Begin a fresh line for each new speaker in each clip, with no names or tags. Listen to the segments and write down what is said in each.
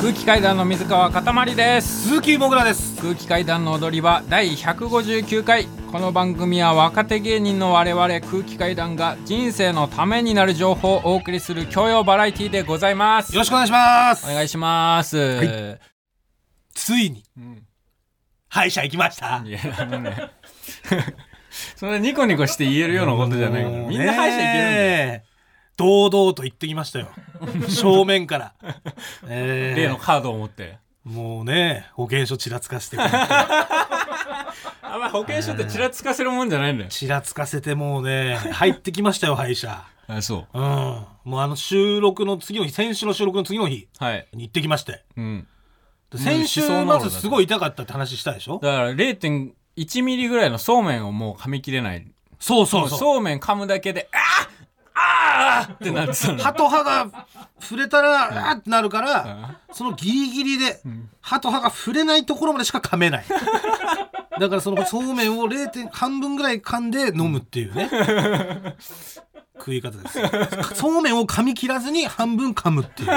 空気階段の水川かたまりです
鈴木もぐらです
空気階段の踊り場第159回この番組は若手芸人の我々空気階段が人生のためになる情報をお送りする教養バラエティでございます
よろしくお願いします
お願いします、い、
ついに、歯医者行きました
やあのね それニコニコして言えるようなことじゃないからみんな歯医者行けるんだよ
ね堂々と行ってきまし たよ正面から、ええ
例のカードを持って
もうね保険証ちらつかせて
あんま保険証ってちらつかせるもんじゃないんだよ
ちらつかせてもうね入ってきましたよ歯医者
あそう
うんもうあの収録の次の日先週の収録の次の日
はい
に行ってきまして
うん
で先週
うん思想な
ま
のだ
ずすごい痛かったって話したでしょ
だから0.1ミリぐらいのそうめんをもう噛み切れない
そうそ
そうう
そう
めん噛むだけであーあーってなってたの
歯と歯が触れたらあーってなるからそのギリギリで歯と歯が触れないところまでしか噛めないだからそのそうめんを0点半分ぐらい噛んで飲むっていうね食い方ですよそうめんを噛み切らずに半分噛むっていう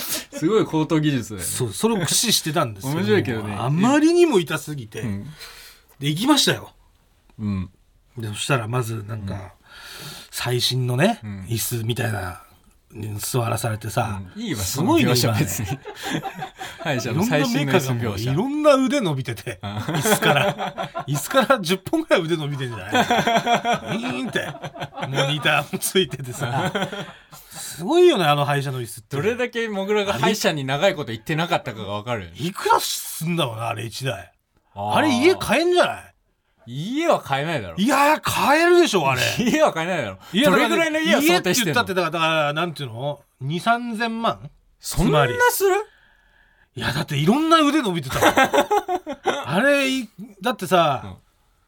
すごい高等技術だよね
そうそれを駆使してたんですよ
面白いけどね
もうあまりにも痛すぎて、
ん
で行きましたよ
うん
でそしたらまずなんか、最新のね、
ん
椅子みたいなに座らされてさ、
いいわ
す
そ
ご
の
いね
描写
今ね
別に 歯医者
いろ
の
んな
最新
メ
の
カ
椅子
がも
描
うい
写
ろんな腕伸びてて、椅子から、椅子から10本ぐらい腕伸びてんじゃないウィーンって、モニターもついててさ、すごいよね、あの歯医者の椅子って。
どれだけモグラが歯医者に長いこと言ってなかったかがわかるよね
いくらすんだろうな、あれ1台。
あ
あれ家
か
買えんじゃな
家は買えないだろ
いいや、買えるでしょ、あれ。
家は買えないだろ
いや
どれぐらいの家を想定して
家
ん
って言った
の
って、だから、だからなんていうの ?2、3000万
そんなする
いや、だっていろんな腕伸びて たわあれ、いだってさ、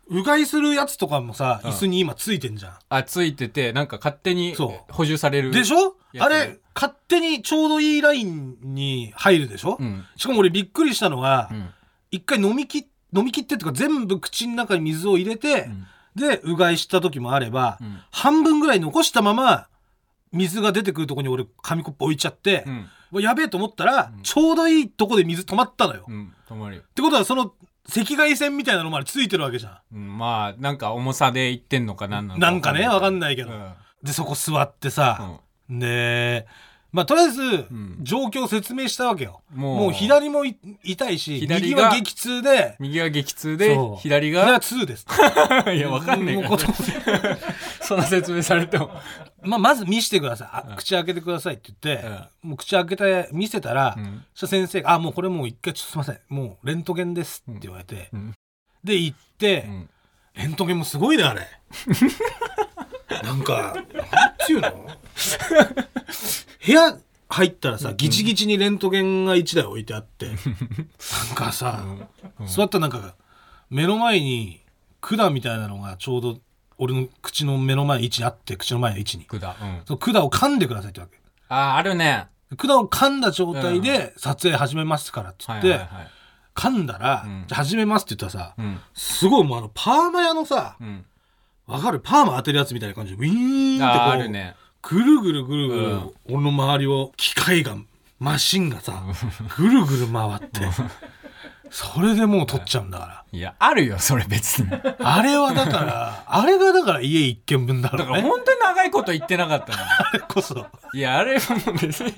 うがいするやつとかもさ、
うん
椅子に今ついてんじゃん。
あついててなんか勝手に
そう
補充される
でしょ
やつ
あれ、勝手にちょうどいいラインに入るでしょ、
うん
しかも俺びっくりしたのが
う、ん
一回飲みき、飲み切ってっていうか全部口の中に水を入れて、
ん
で、うがいした時もあれば、
うん
半分ぐらい残したまま、水が出てくるとこに俺紙コップ置いちゃって
う、ん
もうやべえと思ったら、ちょうどいいとこで水止まったのよ。
う
っ
ん止まるよ
てことはその赤外線みたいなのまでついてるわけじゃ。
うんまあなんか重さで言ってんのかなんなんの
なんかね、わかん
ない
ないけ
け
ど。
うん
で、そこ座ってさ、
うん
で、まあ、とりあえず、
ん
状況を説明したわけよ。
も
も
う
う左もい痛いし、
左
右
が
は激痛で、
右が激痛で
そう
左
左
が
は痛です。
いやわかんねえか
もう
ら
こ
その説明されても
まあ、まず見してください。あ口開けてくださいって言って、もう口開けて見せたら、
うん
そしたら先生が、あ、もうこれもう一回、ちょっとすいません。もうレントゲンですって言われて、
うん
で、行って、
ん
レントゲンもすごいね、あれ。なんか、なんていうの部屋入ったらさ、ギチギチにレントゲンが1台置いてあって、なんかさ、座ったらなんか、目の前に管みたいなのがちょうど俺の口の目の前の位置にあって、口の前の位置に。
くだうん
その管を噛んでくださいってわけ。
ああるね
管を噛んだ状態で撮影始めますからって言
は
っ
い
て、
はいはい
噛んだら、
うん
じゃあ始めますって言ったらさ、
うん
すごいもうあのパーマ屋のさ
う、ん
わかるパーマ当てるやつみたいな感じで、ウィーンってこ
あ
う、
あるね
ぐるぐるぐるぐる、
うん
俺の周りを、機械が、マシンがさ、ぐるぐる回って、それでもう取っちゃうんだか。
いやあるよそれ別 にだから
あれはだから、あれがだから家一軒分だろう
ら
ね。
本当に長いこと言ってなか ったの
あれこそ。
いやあれはもう別に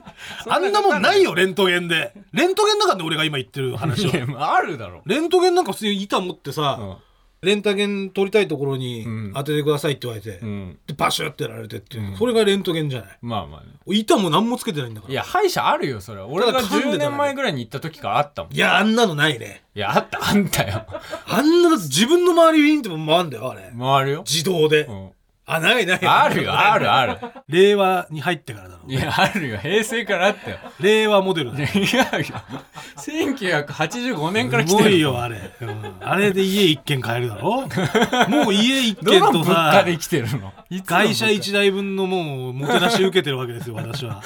あんなもんない
よ
よ、レントゲンで。レントゲンだからね、俺が今言ってる話は。
あるだろ
レントゲンなんか普通に板持ってさ、
うん
レントゲン取りたいところに
うん
当ててくださいって言われて、
うん
でバシュってやられてっていう、
うん
それがレントゲンじゃない
まあまあね
板も何もつけてないんだから
いや歯医者あるよそれは俺が
ただ噛んでたらね
10年前ぐらいに行った時からあったもんい
いやあんなのないね
やあったあんたよ
あんなの自分の周りウィーンっても回るんだよあれ
回るよ
自動で、
うん
あないない
あるよある
あ
ある
令和に入ってからだろ
いや、あるよ。平成からあったよ。
令和モデルだ
いや、
よ
1985年から
す
来
ご
て
い
る。
よあれ、うんあれで家一軒買えるだろ もう家一
ど
軒
の
と
物価
さ
で生きてるのいつの物価
会社1台分のもうもてなし受けてるわけ ですよ私は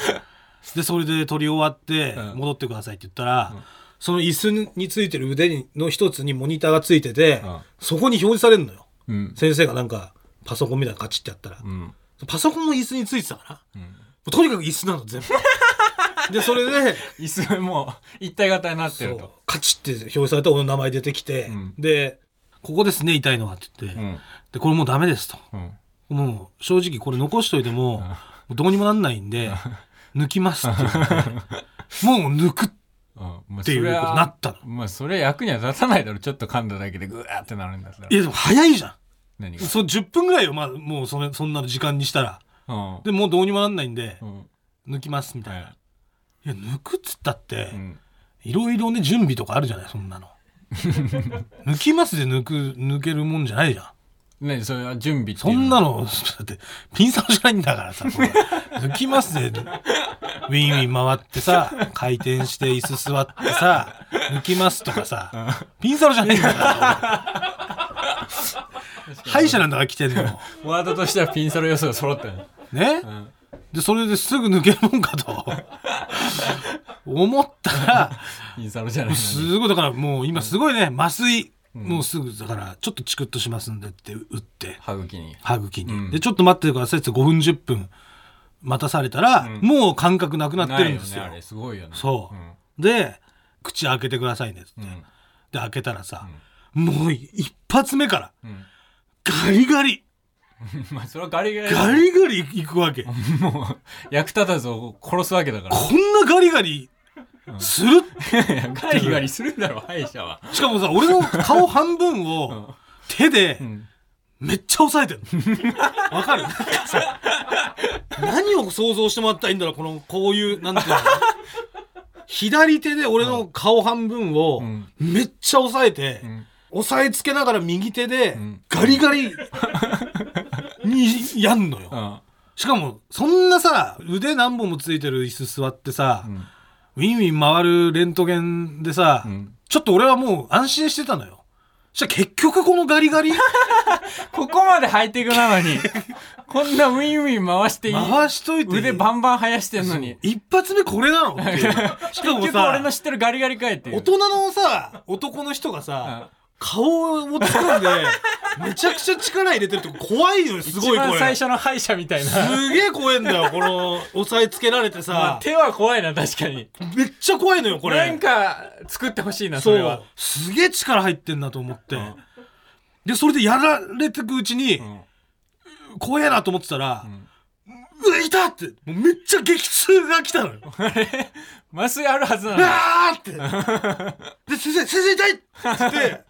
でそれで撮り終わって
うん
戻ってくださいって言ったら、その椅子についてる腕にの一つにモニターがついてて、
うん
そこに表示されるのよ
うん。
先生がなんかパソコンみたいなのカチってやったら、
うん。
パソコンも椅子についてたから、
ん
もうとにかく椅子なの全部 でそれで
椅子がもう一体型になってる
そう
と。
カチって表示されて俺の名前出てきて、
うん
でここですね痛いのはって言って、
うん
でこれもうダメですと
うん
もう正直これ残しといてももうどうにもなんないんで抜きますって言って もう抜くっ
うんまあ
ていう
そ
こ
れ
と
は
になったの
まあそれ役には立たないだろちょっと噛んだだけでグワーってなるんだから
いやでも早いじゃ
何
ん
が
そ10分ぐらいよ、まあ、もうそれそんなの時間にしたら
うん
でもうどうにもなんないんで
うん
抜きますみたいな、い、や抜くっつったって
うん
いろいろね準備とかあるじゃないそん なの抜きますで抜く抜けるもんじゃないじゃん
何それは準備って
そ
いうの
んなの、だって、ピンサロしかないんだからさ、そんな抜きますで、ウィンウィン回ってさ、回転して椅子座ってさ、抜きますとかさ、ピンサロじゃねえんだから。歯医者なんだから来てんの。
ワードとしてはピンサロ予想が揃ったよ
ね、
ん
で、それですぐ抜けるもんかと、思ったら、
ピンサロじゃないのに
すごい、だからもう今すごいね、麻酔、もうすぐ、だから、ちょっとチクッとしますんでって打って。
歯茎に
歯茎に、
うん
でちょっと待っててくださいって5分10分待たされたら、
うん
もう感覚なくなってるんで
な
すよ
いねあれすごいよね
そう、
ん
で口開けてくださいねっつって、
うん
で開けたらさ、もう一発目から
うん
ガリガリ
まあそれはガリガリ
ガリガリいくわけ、こ
もう役立たずを殺すわけだから
んなガリガリする、
いやガリガリするだろ歯医者は
しかもさ俺の顔半分を手で
ん
めっちゃ押さえてるの わかるさ何を想像してもらったらいいんだろうこのこういうなんていうの左手で俺の顔半分を
ん
めっちゃ押さえて、
ん
押さえつけながら右手で
ん
ガリガリにやんのよ、
うん
しかもそんなさ腕何本もついてる椅子座ってさ、
ん
ウィンウィン回るレントゲンでさ、
ん
ちょっと俺はもう安心してたのよじゃ結局このガリガリ
ここまでハイテクなのにこんなウィンウィン回していい
回しといて
腕バンバン生やしてんのに
一発目これなの っていうしかも
結局俺の
さ
知ってるガリガリかいってい
大
う
人のさ男の人がさ、顔を掴んでめちゃくちゃ力入れてるとこ怖いの よすごい
一
こ
番
れ
最初の歯医者みたいな、
すげえ怖えんだよ、この、押さえつけられて
まあ
さ。
手は怖いな確かに
めっちゃ怖いのよ、これ。
なんか作ってほしいなそ
そ
れ
う
は。
すげえ力入ってんなと思って。で、それでやられてくうちに、
ん
怖えなと思ってたら、うわ、いたって、もうめっちゃ激痛が来たのよ。うわ
麻酔あるはずなのに
ーって。で、先生、先生痛いって言って、手が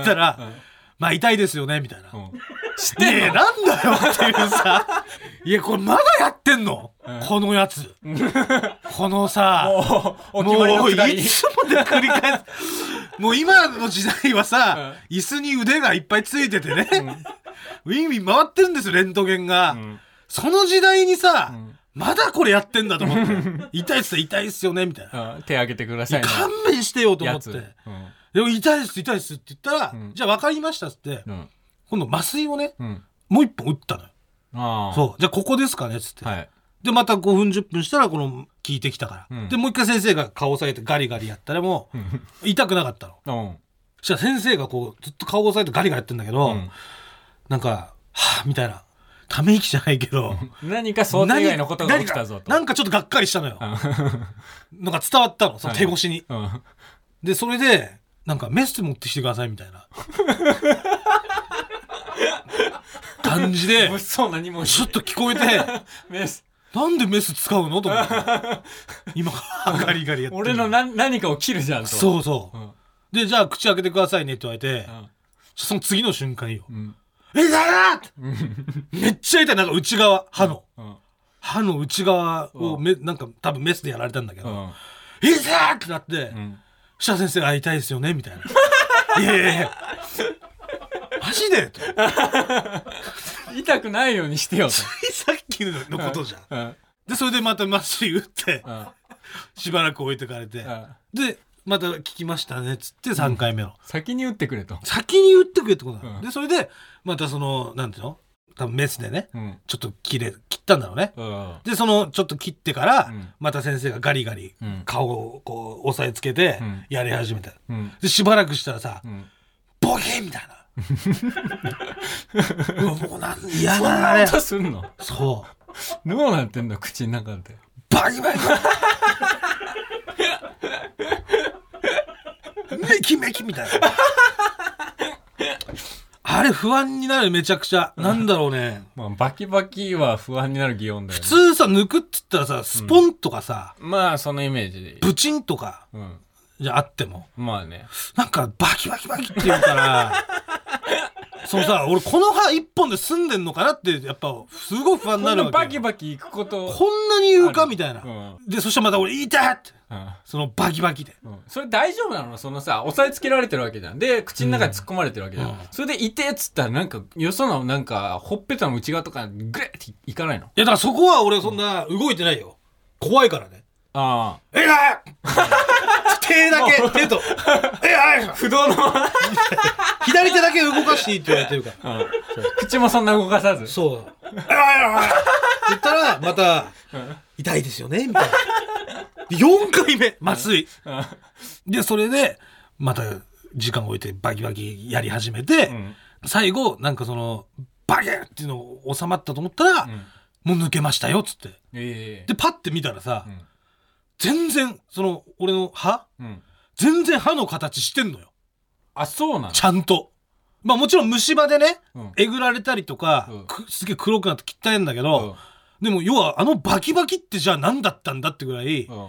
来たら、まあ痛いですよね、みたいな。
うん
いや、なんだよっていうさ。いや、これまだやってんの、この やつ。このさ。
おお決まりの
もうい
くだり
つもで繰り返す。もう今の時代はさ、椅子に腕がいっぱいついててね、ウィンウィン回ってるんですよ、レントゲンが。
ん
その時代にさ、まだこれやってんだと思って。痛いっす、痛いっすよね、みたいな。
うん手挙げてくださいの
勘弁してよと思
や
っ
つ
て。
うん
でも痛いっす、痛いっすって言ったら、
ん
じゃあ分かりましたっつって、
うん
今度麻酔をね、
うん
もう一本打ったのよ。
ああ
そう。じゃあここですかねっつって。
はい
で、また5分10分したら、この、効いてきたから。
うん
で、もう一回先生が顔押さえてガリガリやったらもう、痛くなかったの。
うん
そしたら先生がこう、ずっと顔押さえてガリガリやってんだけど、
ん
なんか、はぁ、みたいな。ため息じゃないけど。
何か想定外のことが起きたぞと
何かなんかちょっとがっかりしたのよ。のが伝わったの、その手越しに。
うん
で、それで、なんかメス持ってきてくださいみたいな。感じで
物、騒な荷物
ちょっと聞こえて、
メス
なんでメス使うのと思って。今からガリガリやってる。
俺の何何かを切るじゃんと
そうそう。
うん
で、じゃあ口開けてくださいねって言われて、
ん
その次の瞬間よ。
ん
え、痛いなってめっちゃ痛い。なんか内側、歯の。
うん
歯の内側をめ、なんか多分メスでやられたんだけ
う
ど、
ん
痛いってなって
ん、
シャ先生、あ、痛いですよねみた いな。いやいやいや。マジでと
痛くないようにしてよと
さっきのことじゃん。
うん
で、それでまた麻酔打って、
うん
しばらく置いてかれて
う、ん
で、また聞きましたねっつって3回目の。
先に打ってくれと
先に打ってくれってことなの、
うん
でそれでまたそのなんていうの多分メスでね、
うん
ちょっと切れ切ったんだろうね、
うん
でそのちょっと切ってから、
ん
また先生がガリガリ
うん
顔をこう押さえつけて
うん
やり始めた、
うん
でしばらくしたらさ、
うん
ボケみたい なうわもうなん嫌
そん
だ
な
あれ
音すんの
そう
どうなってんだ口の中で
バリバリバリ不安になるめちゃくちゃ。なんだろうね。
まあ、バキバキは不安になる擬音だよ
普
ね
通さ、抜くっつったらさ、スポンとかさ、
まあそのイメージでいい、
ブチンとか、
うん、
じゃあっても。
まあね
なんか、バキバキバキって言うから、そうさ、俺この歯一本で済んでんのかなって、やっぱ、すごい不安に
こ
なん
な
るわけよ。
バキバキいくこと
こんなに言うかみたいな。
うん
で、そしたらまた俺、痛いって。
うん
そのバキバキで。
うんそれ大丈夫なのそのさ押さえつけられてるわけじゃんで口の中に突っ込まれてるわけじゃん、
うん
それで「痛え」っつったらなんかよそのなんかほっぺたの内側とかにグレッていかないの
いや、だからそこは俺そんな動いてないよ。怖いからね。
あ
えらい 手だけ、手と。えらい
あ 不動の
左手だけ動かしていいって言われてるから。
口もそんな動かさず
そう。えらいえらいって言ったら、また、痛いですよねみたいな。で4回目、麻酔。で、それで、また時間を置いてバキバキやり始めて、
ん
最後、なんかその、バキッっていうのを収まったと思ったら、もう抜けましたよ、つって。
ええ
で、パッて見たらさ、
ん
全然、その、俺の歯
うん、
全然歯の形してんのよ。
あそうなの
ちゃんと。まあもちろん虫歯でね、
うん
えぐられたりとか、
うん
くすげえ黒くなって汚いんだけど、でも要はあのバキバキってじゃあ何だったんだってぐらい、
うん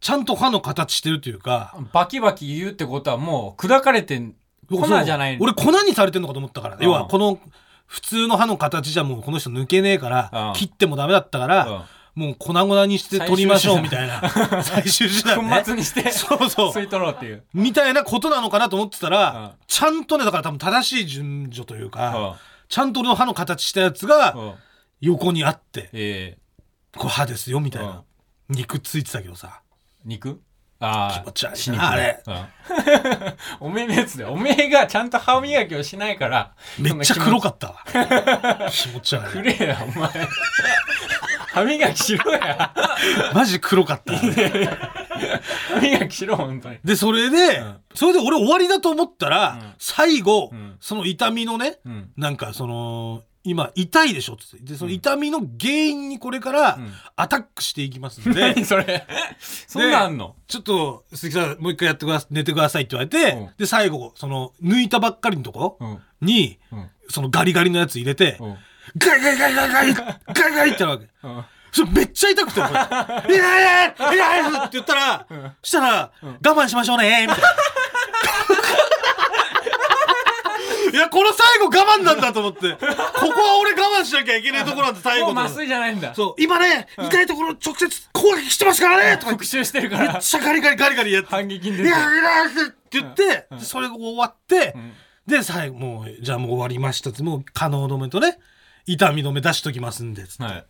ちゃんと歯の形してるというか、
バキバキ言うってことはもう砕かれてん粉
そう
じゃないの
俺粉にされてんのかと思ったから、
うん
要はこの普通の歯の形じゃもうこの人抜けねえか
う
ら、
ん
切ってもダメだったから、もう粉々にして取りましょうみたいな、最終手
う
段
ん、
ね
粉末。にして
そうそう
吸い取ろうっていう、
みたいなことなのかなと思ってたら、
うん
ちゃんとね、だから多分正しい順序というか、
うん
ちゃんと俺の歯の形したやつが
うん
横にあって、
ええ
これ歯ですよみたいな。肉ついてたけどさ、
肉ああ
気持ち悪いな
死肉ね
あれ
うん おめえのやつだよおめえがちゃんと歯磨きをしないから
めっちゃ黒
か
かった わ。気持ち悪
く
い。
れやお前歯磨きしろや
マジ黒かった。
歯磨きしろ本当に
で、それで、
ん
それで俺終わりだと思ったら、
うん
最後、
うん
その痛みのね、
うん
なんかその、今痛いでしょっつって。で、その痛みの原因にこれから
ん
アタックしていきますんで、
何それそんなんあんの
ちょっと、鈴木さん、もう一回やってください、寝てくださいって言われて、
うん
で、最後、その、抜いたばっかりのとこ
うん
に、
うん
そのガリガリのやつ入れて、
うん
ガリガリガリガリガリガリガリってやるわけ。
うん
それめっちゃ痛くて、俺いやいやいやいやいやって言ったら、そしたら、我慢しましょうね、みたいな。いや、この最後我慢なんだと思って。ここは俺我慢しなきゃいけないところなんて最後
もう
の
麻酔じゃないんだ
そう、今ね、痛いところ直接攻撃してますからねとか言って
復讐してるか
めっ
ら
ちゃガリガリガリガリやって。
反撃に
い
出て
や、いらっしゃいって言って、それが終わって、で、最後、もう、じゃあもう終わりましたって、もう、可能止めとね、痛み止め出しときますんで、つって
はい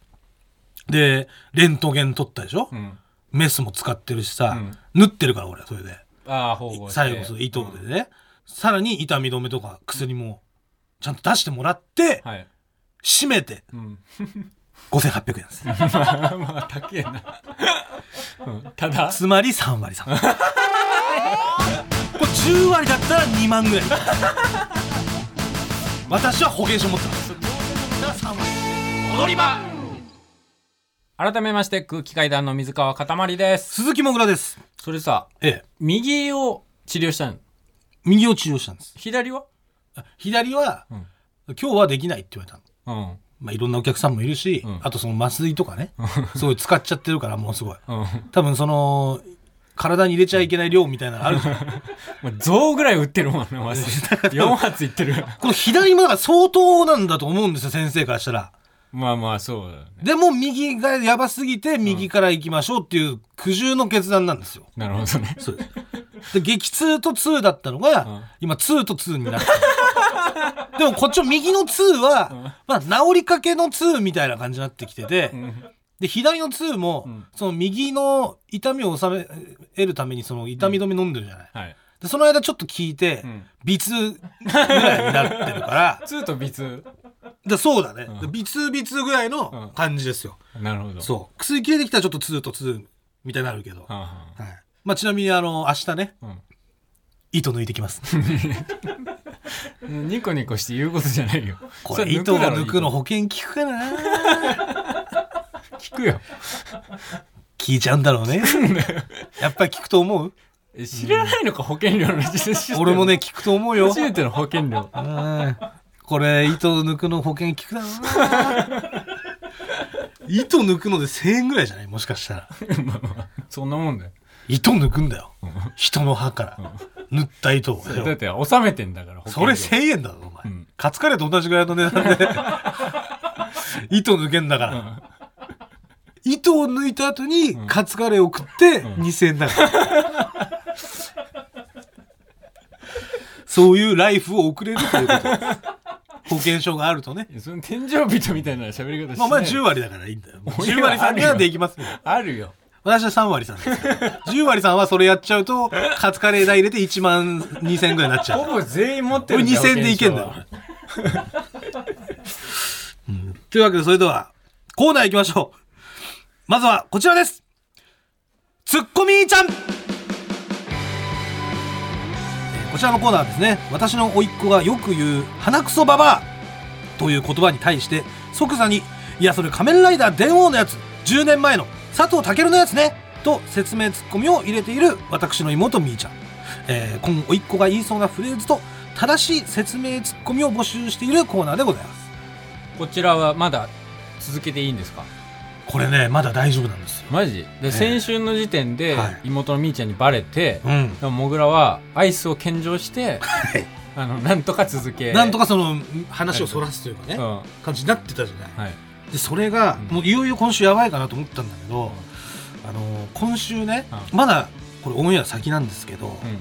で、レントゲン取ったでしょ、
ん
メスも使ってるしさ、縫ってるから俺はそれで。
ああ保護して
最後、その糸でね、さらに痛み止めとか薬も、ちゃんと出してもらって、
はい
締めて、
ん
5800円です。
まあ高えな、うん、ただ
つまり3割3 これ10割だったら2万ぐらい 私は保険証持ってます踊り場
改めまして空気階段の水川かたまりです
鈴木もぐらです
それさ
ええ
右を治療したの
右を治療したんです
左は
あ左は、
ん
今日はできないって言われた
う
の
ん
まあ、いろんなお客さんもいるし、
ん
あとその麻酔とかね、すごい使っちゃってるから、もうすごい。
うん
多分その、体に入れちゃいけない量みたいなのあるじゃん。
もう象ぐらい撃ってるもん な、マジで。4発いってる。
この左もだから相当なんだと思うんですよ、先生からしたら。
まあまあ、そうだよね。
でも右がやばすぎて右から行きましょうっていう苦渋の決断なんですよ。
なるほどね。
そうです。で、激痛と2だったのが、
ん
今2と2になった。でもこっちの右の2は、まあ治りかけの2みたいな感じになってきてて、で、左の2も、その右の痛みを収めえるためにその痛み止め飲んでるじゃない。
はい。
で、その間ちょっと聞いて
ん、
微痛ぐらいになってる から、
2と B2。
でそうだね。で微痛微痛ぐらいの感じですよ。
なるほど。
そう。薬切れてきたらちょっと2と2みたいになるけど。
は
はい。
あは
まあ、ちなみに、あの、明日ね、
ん
糸抜いてきます。
あニコニコして言うことじゃないよ。
こ
そ
れ、糸を
だろ
抜くの。保険効くかな
聞くよ。
効いちゃうんだろう ね。やっぱり効くと 思う
え知らないのか、保険料の実施
俺も。ね、効くと思うよ。
初めての保険料。
うんこれ糸抜くの保険効くだろうな 糸抜くので1000円ぐらいじゃないもしかしたら
そんなもんだよ
糸抜くんだよ人の歯から塗った糸を
だって納めてんだから保
そ
険
れ
料
1000円だぞお前、
うん
カツカレーと同じぐらいの値段 で糸抜けんだから、糸を抜いた後にカツカレーを食って2000円だから、そういうライフを送れるということです保険証があるとね
いやその天井人みたいな喋り方し
まあまあ
ない
10割だからいいんだよ
俺は
10割さんにはできますよ
あるよ
私は3割さんですけど10割さんはそれやっちゃうとカツカレー代入れて1万2000円ぐらいになっちゃう
ほぼ全員持って
俺
るんだよ
2000でいけんだよ
保険、
うんというわけでそれではコーナー行きましょうまずはこちらですツッコミーちゃんえーこちらのコーナーはですね私の甥っ子がよく言う「鼻くそババア」という言葉に対して即座に「いやそれ仮面ライダー電王のやつ10年前の佐藤健のやつね」と説明ツッコミを入れている私の妹みーちゃん、えー、今後甥っ子が言いそうなフレーズと正しい説明ツッコミを募集しているコーナーでございます
証こちらはまだ続けていいんですか
これねまだ大丈夫なんですよ
マジで、先週の時点で
はい
妹のみーちゃんにバレて、
うん
でももぐらはアイスを献上して、
い
あのなんとか続け
なんと
か、
かその話をそらすというかね、
うんは
感じになってたじゃない、
い、
でそれが、
うん
もういよいよ今週やばいかなと思ったんだけど、あのー今週ね、
う
まだこれオンエア先なんですけど、
う
言っ
ん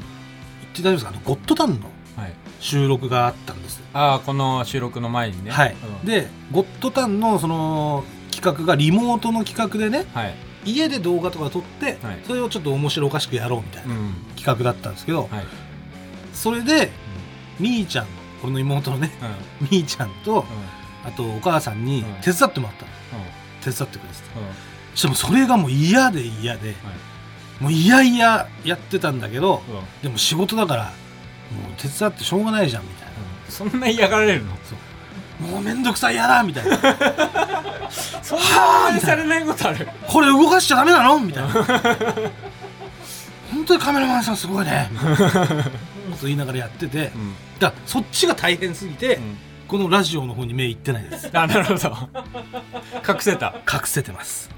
て大丈夫ですかあのゴッドタンの
はい、
収録があったんです、
ああこの収録の前にね
はい、
うん
でゴッドタンのその企画がリモートの企画でね
はい
家で動画とか撮って、
はい
それをちょっと面白おかしくやろうみたいうなん企画だったんですけど、
はい、
それでみーちゃんの俺の妹のね
うんうんうん
みーちゃんとあとお母さんに
うん
手伝ってもらったの手伝ってくれてた
うん
しかもそれがもう嫌で嫌で、もういやいややってたんだけど
うんうん
でも仕事だからもう手伝ってしょうがないじゃんみたい
そんな嫌がられるの
なもうめんどくさいやだみたい な
そんなにされないことある
これ動かしちゃダメなのみたいな本当にカメラマンさんすごいね こと言いながらやってて
うん
だからそっちが大変すぎて、
うん
このラジオの方に目いってないです
あなるほど隠せた
隠せてます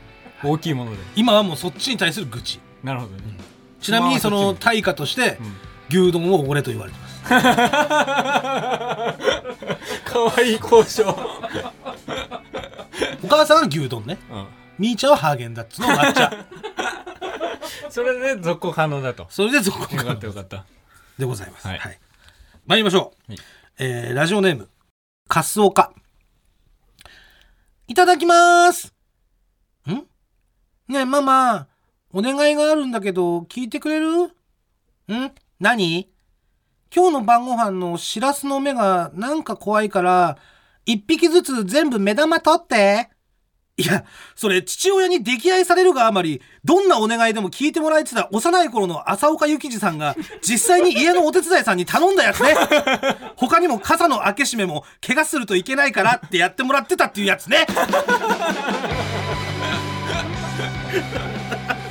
大きいもので
今はもうそっちに対する愚痴
なるほどね、
ちなみ
ま
に
あそ
そ
っ
の
ちも
対価として
うん
牛丼をおごれと言われてま す
かわいい交渉、
お母さんは牛丼ねみーちゃんはハーゲンダッツの 抹茶
それで続行可能だと
それで続行
よか
感
ったよかった
でございますは、
はいい
参りましょう、
はい
えーラジオネームカスオカいただきますんねえママお願いがあるんだけど聞いてくれるん何今日の晩ご飯のシラスの目がなんか怖いから一匹ずつ全部目玉取っていや、それ父親に溺愛されるがあまり、どんなお願いでも聞いてもらえてた幼い頃の浅岡幸二さんが、実際に家のお手伝いさんに頼んだやつね。 他にも傘の開け閉めも、怪我するといけないからってやってもらってたっていうやつね。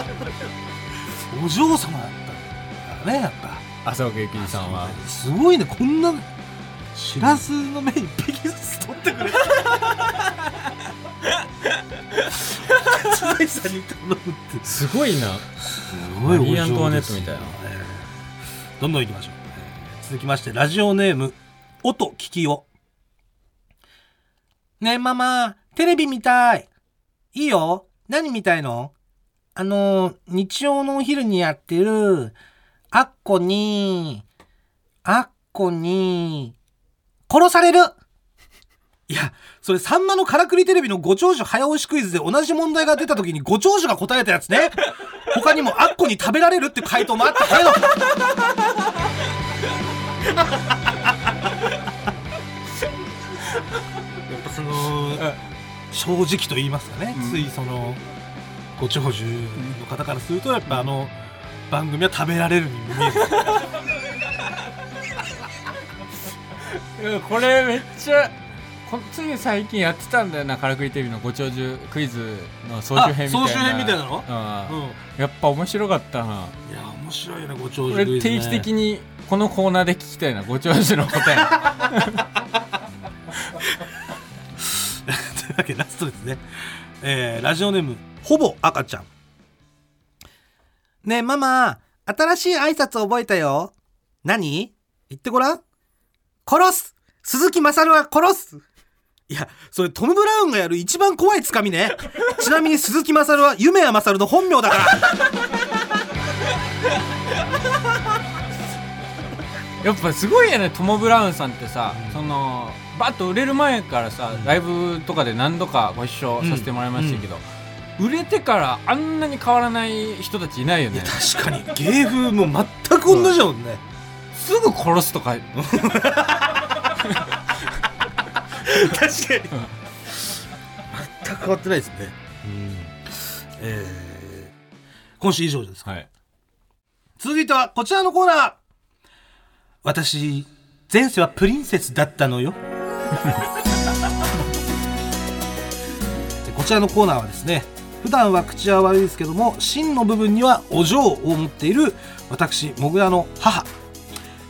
お嬢様だったからね、やっぱ。
浅岡幸二さんは
すごいねこんなしらすの目一匹ずつ取ってくれた鈴井さんに頼むって
すごいな
すご
マ
いお上手ですよ
リーアントワネットみたいな
ええどんどん行きましょうええ続きましてラジオネーム音ききよねえママテレビ見たいいいよ何見たいのあの日曜のお昼にやってるあっこにあっこに殺されるいや、それ、さんまのからくりテレビのご長寿早押しクイズで同じ問題が出た時にご長寿が答えたやつね。他にも、あっこに食べられるって回答もあったけど。やっぱその正直と言いますかね、
うん
ついそのご長寿の方からするとやっぱあの番組は食べられるに見 える
うんこれめっちゃこつい最近やってたんだよなからくりテレビのご長寿クイズの総集編みたいな
あ総集編みたいなの
うん
うん、い
やっぱ面白かったな
や面白いよねご長
こ
寿
れ
クイズね
定期的にこのコーナーで聞きたいなご長寿の答え
というわけでラストですね、えーラジオネームほぼ赤ちゃんねえママ新しい挨拶覚えたよ何言ってごらん殺す鈴木勝は殺すいやそれトム・ブラウンがやる一番怖いつかみねちなみに鈴木勝は夢や勝の本名だから
やっぱすごいよねトム・ブラウンさんってさ、そのバッと売れる前からさ、ライブとかで何度かご一緒させてもらいましたけど、売れてからあんなに変わらない人たちいないよね
確かに芸風も全く同じだもんね、
すぐ殺すとか
確かに全く変わってないですね、えー今週以上です
はい
続いてはこちらのコーナー私前世はプリンセスだったのよ こちらのコーナーはですね普段は口は悪いですけども芯の部分にはお嬢を持っている私モグラの母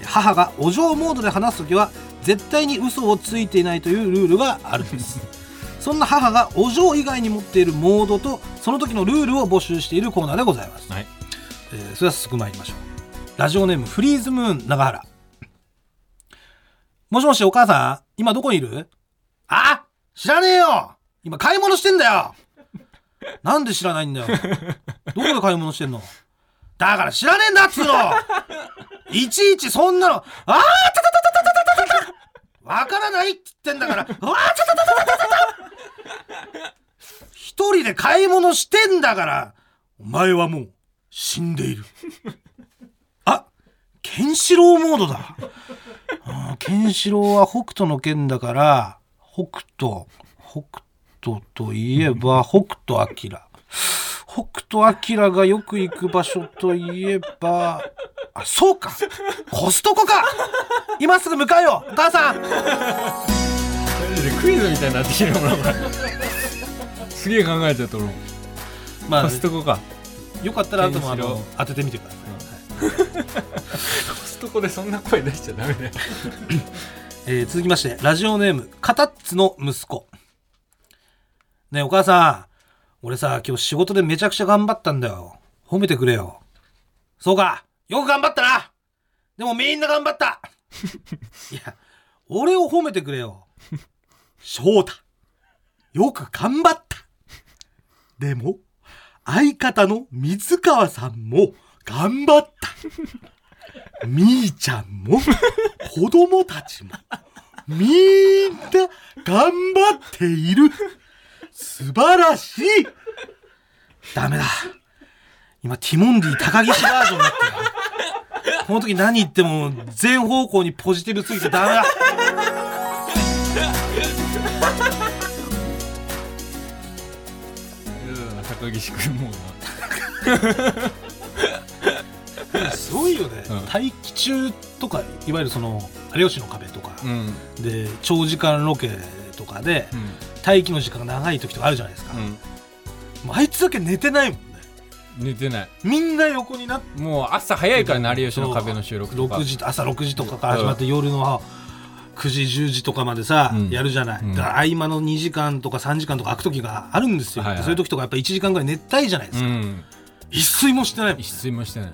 母がお嬢モードで話す時は絶対に嘘をついていないというルールがあるんですそんな母がお嬢以外に持っているモードとその時のルールを募集しているコーナーでございます
はい
えーそれでは早速参りましょうラジオネームフリーズムーン長原もしもしお母さん今どこにいるあ知らねえよ今買い物してんだよなんで知らないんだよどこで買い物してんのだから知らねえんだっつうのいちいちそんなのああたたたたたたたたたわからないって言ってんだからああたたたたたたた一人で買い物してんだからお前はもう死んでいる。あケンシロウモードだ。あーケンシロウは北斗の剣だから、北斗、北斗といえば北斗晶。北斗晶がよく行く場所といえば、あ、そうかコストコか今すぐ向かえよお母さん
クイズみたいになってきてるもん すげえ考えちゃった俺も
ま
コストコか
よかったら後もあ
ケンシロ
の
ウ
当ててみてください。
コストコでそんな声出しちゃダメだよ
えー続きましてラジオネームカタッツの息子ねえお母さん俺さ今日仕事でめちゃくちゃ頑張ったんだよ褒めてくれよそうかよく頑張ったなでもみんな頑張ったいや俺を褒めてくれよ翔太よく頑張ったでも相方の水川さんも頑張ったみーちゃんも子供たちも、みんな頑張っている。素晴らしい。ダメだ。今、ティモンディ高岸バージョンになってる。この時何言っても全方向にポジティブすぎてダメだ。
高岸君もうな
すごいよね
うん
待機中とか、いわゆるその、有吉の壁とか、
うんうん
で、長時間ロケとかで、待機の時間が長い時とかあるじゃないですか。もうあいつだけ寝てないもんね。
うん寝てない
みんな横になって
もう朝早いからな有吉の壁の収録とか
6時朝6時とかから始まって夜の9時10時とかまでさ、
うん
やるじゃない、
うん
だから合間の2時間とか3時間とか空く時があるんですよ、
はいはい
そういう時とかやっぱ1時間ぐらい寝たいじゃないで
う
すか、
ん
一睡もしてないもん
一睡もしてない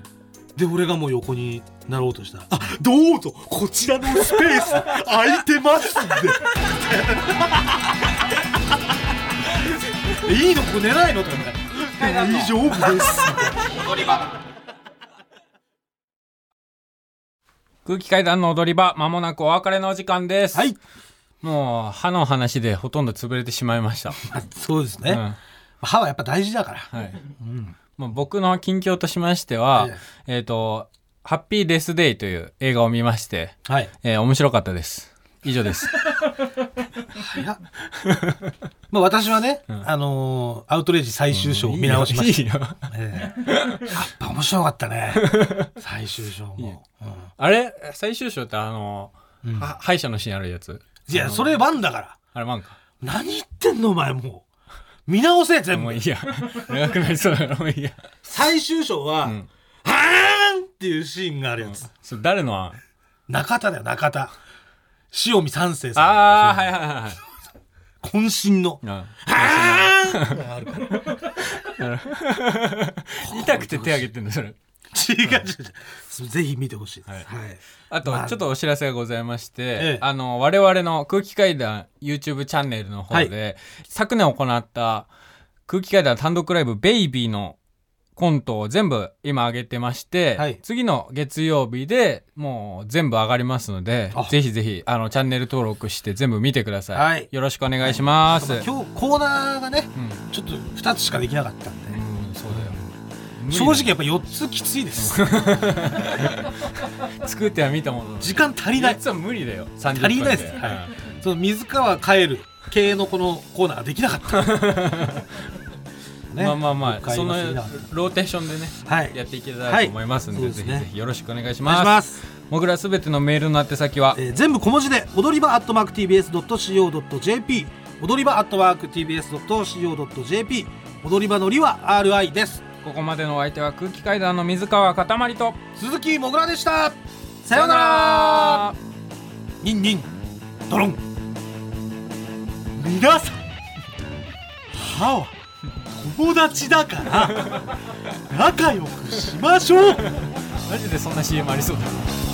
で俺がもう横になろうとしたら「あどうぞこちらのスペース空いてますんで」 いいのここ寝ないの?」とかね「大丈夫です」
空気階段の踊り場まもなくお別れのお時間です、
はい、
もう歯の話でほとんど潰れてしまいました、
まあそうですね、
うん
歯はやっぱ大事だから
はいまあ、僕の近況としましては、えっ、と「ハッピーデス・デイ」という映画を見まして、
はい
えー面白かったです以上です
早っまあ私はね、あのーアウトレイジ最終章を 見直しました。
いいよいいよ
ええやっぱ面白かったね。最終章も。うん
あれ最終章ってあの、は歯医者のシーンあるやつ
いや、それワンだから。
あれ漫画
何言ってんのお前もう。見直せ、全
も
部
う。いい や長くなりそうだからもういいや
最終章は、
ん
はーんっていうシーンがあるやつ。
それ誰の案
中田だよ、中田。塩見三世
ああ
さ
は
ん
いはいはいはい
渾身の
うん
「あーが あるから違う
痛くて手挙げてんのそれ
違う違うぜひ見てほしいです、
は
はいい
あと
まあ
ちょっとお知らせがございまして、
ええ
あの我々の空気階段 YouTube チャンネルの方で、昨年行った空気階段単独ライブ「ベイビーのコントを全部今上げてまして、
はい
次の月曜日でもう全部上がりますので
あ
ぜひぜひあのチャンネル登録して全部見てください、
はい
よろしくお願いします、
今日コーナーがね
うん
ちょっと2つしかできなかったんで
うんそうだよ
正直やっぱ4つきついです
作っては見たものの
時間足りない
実は無理だよ30分
足りないです、
は
はい、その水川帰る系のこのコーナーができなかった、ね
まあまあまあ
北
そ
海
の
道すぎなかっ
ローテーションでね
たはい
やっていけたらと思いますので,、
はい
ぜ
そう
ひ
ですね
ぜひよろしくお願いし
お
ま
願いし
す
ます
僕らすべてのメールの宛先は、
えー全部小文字で踊り場アットマーク TBS.CO.JP 踊り場アットマーク TBS.CO.JP 踊り場のりは RI です
ここまでのお相手は空気階段の水川かたまりと
鈴木もぐらでしたさようならニンニンドロン皆さん歯は友達だから仲良くしましょう
マジでそんな CM ありそうだ